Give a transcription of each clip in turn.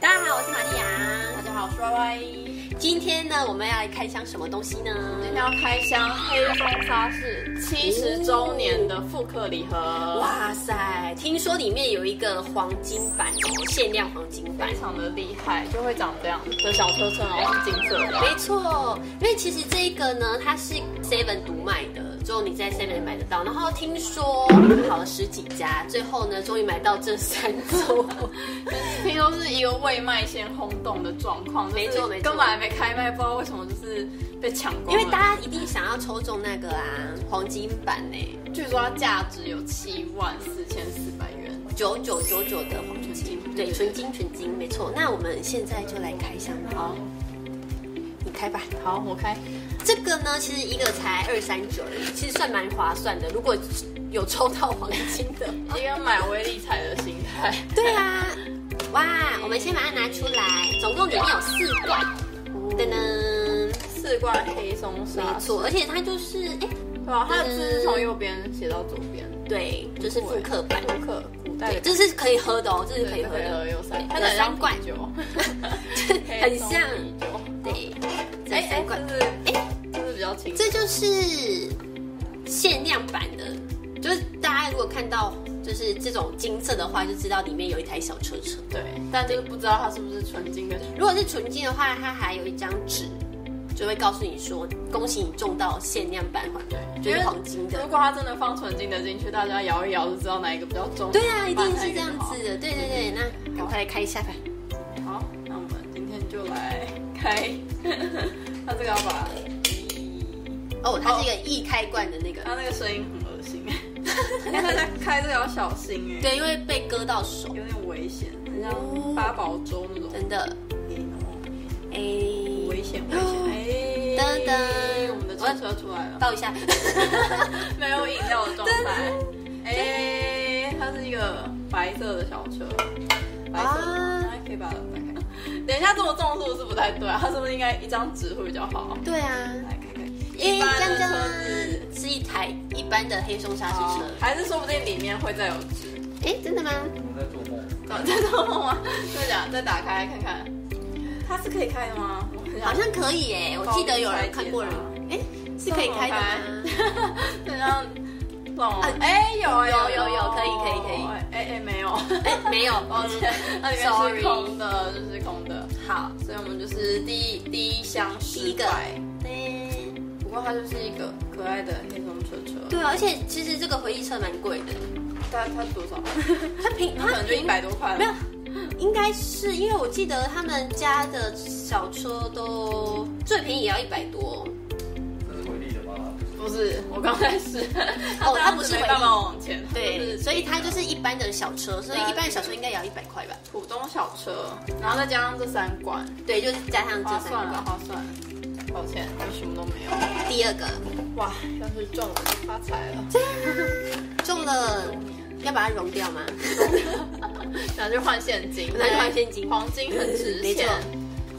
大家好，我是玛丽亚。大家好，我是 YY，今天呢，我们要来开箱什么东西呢？今天要开箱黑松沙士七十周年的复刻礼盒，哇塞，听说里面有一个黄金版哦，限量黄金版非。常的厉害，就会长这样的小车车，然后是金色的，没错，因为其实这一个呢，它是 Seven 独卖的，只有你在 Seven 买得到。然后听说跑了十几家，最后呢，终于买到这三 种。听说是一个未卖先轰动的状况，没错就是没错根本还没开卖，不知道为什么就是被抢光因了，为大家一定想要抽中那个啊黄金版呢、据说它价值有七万四千四百元，九九九九的黄纯金金，对，纯金纯金，没错。那我们现在就来开箱吧，好，你开吧。好，我开，这个呢，其实一个才二三九而已，其实算蛮划算的。如果有抽到黄金的， 一个买威力彩的心态，对啊，哇，我们先把它拿出来，总共里面有四罐，噔噔，哦四罐黑松沙没士，错，而且它就是哎、对啊，它的字是从右边写到左边，对，就是复刻版，复刻古代对，的。这是可以喝的哦，这是可以喝对这的，有三，它有三罐，酒， 很像，啤酒。对，这哎哎三，罐，就是哎，就是比较轻，这就是限量版的，就是大家如果看到就是这种金色的话，就知道里面有一台小车车。对，但就是不知道它是不是纯金的。如果是纯金的话，它还有一张纸，就会告诉你说，恭喜你中到限量版黄，对就是黄金的如。果它真的放纯金的进去，大家摇一摇就知道哪一个比较重。对啊，一定是这样子的。对对对，那赶快来开一下吧。好，那我们今天就来开， 它这个要把，哦，它是一个易开罐的那个，它那个声音很恶心，因为大家开这个要小心哎，对，因为被割到手，有点危险，很像八宝粥那种。真的。哎，危险危险！哎，噔噔我们的车车出来了，倒一下。 没有饮料的状态。哎，它是一个白色的小车，白色的，啊哎可以把它打开。等一下，这么重是不是不太对啊？它是不是应该一张纸会比较好？对啊，来看看，哎，一般这的样车子，是一台一般的黑松沙士好车。还是说不定里面会再有纸。哎，哦真的吗？我在做梦。啊真的吗？真的假的？再打开看看，它是可以开的吗？我很想好像可以哎，我记得有人看过人，哎，是可以开的吗？很像让我哎有哎有有有可以可以可以哎哎哎 没有，哎，没有，抱歉，那里面 Sorry 是空的，就是空的。好，所以我们就是第一第一箱第一失个败，嗯不过它就是一个可爱的黑松车车，对啊，而且其实这个回忆车蛮贵的，它它多少？它平它它可能就一平百多块了。啊没有，应该是因为我记得他们家的小车都最便宜也要一百多，这是回力的吗？不是，我刚才是，哦它当不时是没回办力法往前，对，所以它就是是一般的小车，所以啊对啊一般的小车应该也要一百块吧？普通小车，然后再加上这三罐，对，就是加上划这三啊算啊了，个。划算。抱歉，我什么都没有。第二个哇，要是中了就发财 了，中了，要把它融掉 吗？ 那就换现金，那就换现金黄金很值没错钱。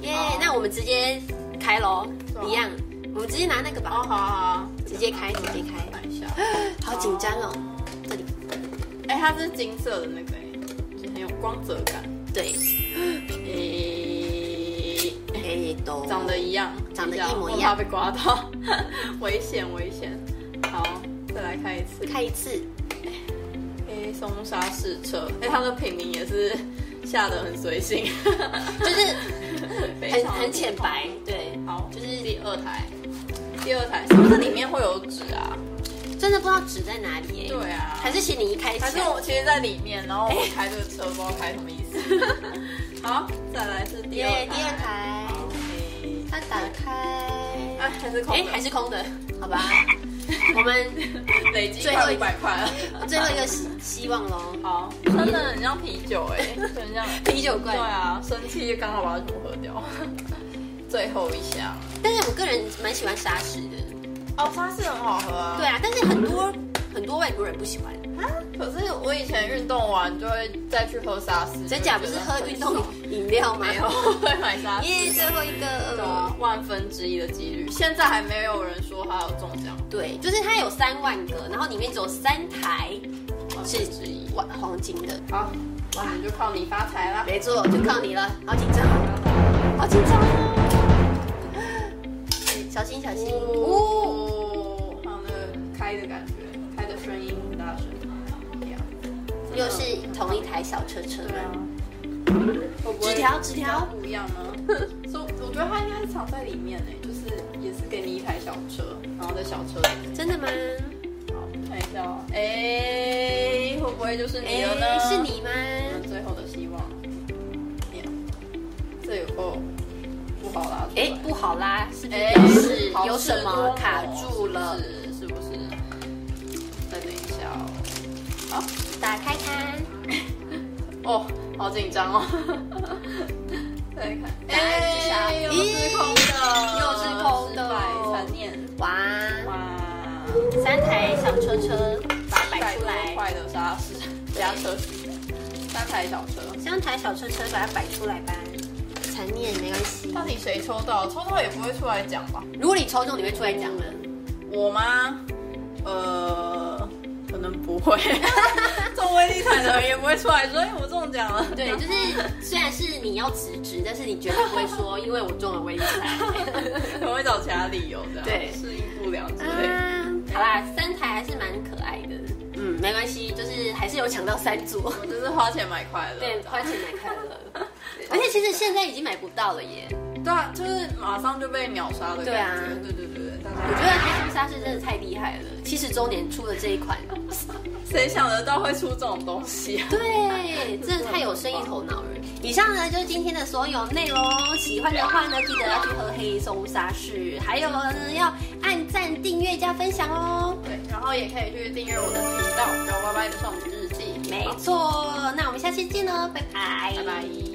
耶好，那我们直接开喽是，吗一样，我们直接拿那个哦，好吧，好好，直接开，直接哎开。拿一下。好紧张哦，这里哎、它是金色的那个、哎，就是很有光泽感。对，哎、哎哎都长得一样，长得样一模一样我怕被刮到， 危险危险。好，再来开一次。开一次，黑松沙士车，哎、它的品名也是下的很随性， 就是很很很浅白，对，好，就就是是第二台，第二台是不是里面会有纸啊？真的不知道纸在哪里耶。对啊还是请你一开还始是，我其实在里面，然后我开这个车不知道开什么意 思。好，再来是第二耶台，第二台好。哎它打开，哎，还是空哎的，还是空的，好吧， 我们累积最后快一五百块了。啊最后一个希希望喽，好，真的很像啤酒哎、 很像。啤酒对罐。啊，生气就刚好把它全部喝掉。 最后一箱，但是我个人蛮喜欢沙士的，哦，它是很好喝啊。对啊，但是很多很多外国人不喜欢。可是我以前运动完就会再去喝沙士，真假不是喝运动就觉得饮料 吗？很爽没有 会买沙士，耶，最后一对个。呃啊，万分之一的几率，现在还没有人说他有中奖，对，就是它有三万个，然后里面只有三台万是分之一。黄黄金的，好，哇，你就靠你发财啦！没错，就靠你了，好紧张，好紧张哦， 小心小心，哦，哦，还有那个开的感觉，开的声音很大声，这样又是同一台小车车对，啊，会不会纸条纸条不一样呢？ 所以我觉得它应该是藏在里面诶，就是也是给你一台小车，然后在小车里面。真的吗？好，看一下哦，哎，会不会就是你了哎，呢？是你吗？我们最后的希望。耶这有够不好啦！哎，不好啦，是不哎，是好有什么卡住了？是不是？再等一下哦。打开看，哦，好紧张哦。再看，哎又是空的，又是空的哦百残念。哇，哇，三台小车车把它摆出100多来，块的沙士加车子，三台小车。三台小车车把它摆出来吧，残念没关系。到底谁抽到？抽到也不会出来讲吧？如果你抽中，你会出来讲吗？我吗？呃，可能不会。 中威地产的人也不会出来说，哎，我中奖了。 对，就是虽然是你要辞职，但是你绝对不会说，因为我中了微彩。可能会找其他理由的，对适应不良之类的。嗯， 好啦，三台还是蛮可爱的。嗯，没关系，就是还是有抢到三组。我就是花钱买快 乐，对，花钱买快乐。 而且其实现在已经买不到了耶。对啊，就是马上就被秒杀的感觉。对啊对对对对，大我觉家得开心沙士真的太厉害了，七十周年出的这一款，谁想得到会出这种东西 啊？对，真的太有生意头脑了。以上呢就是今天的所有内容，喜欢的话呢记得要去喝黑松沙士，还有呢要按赞、订阅加分享哦。对，然后也可以去订阅我的频道，叫 Y Y 的少女日记。没错，那我们下期见喽，拜拜，拜拜。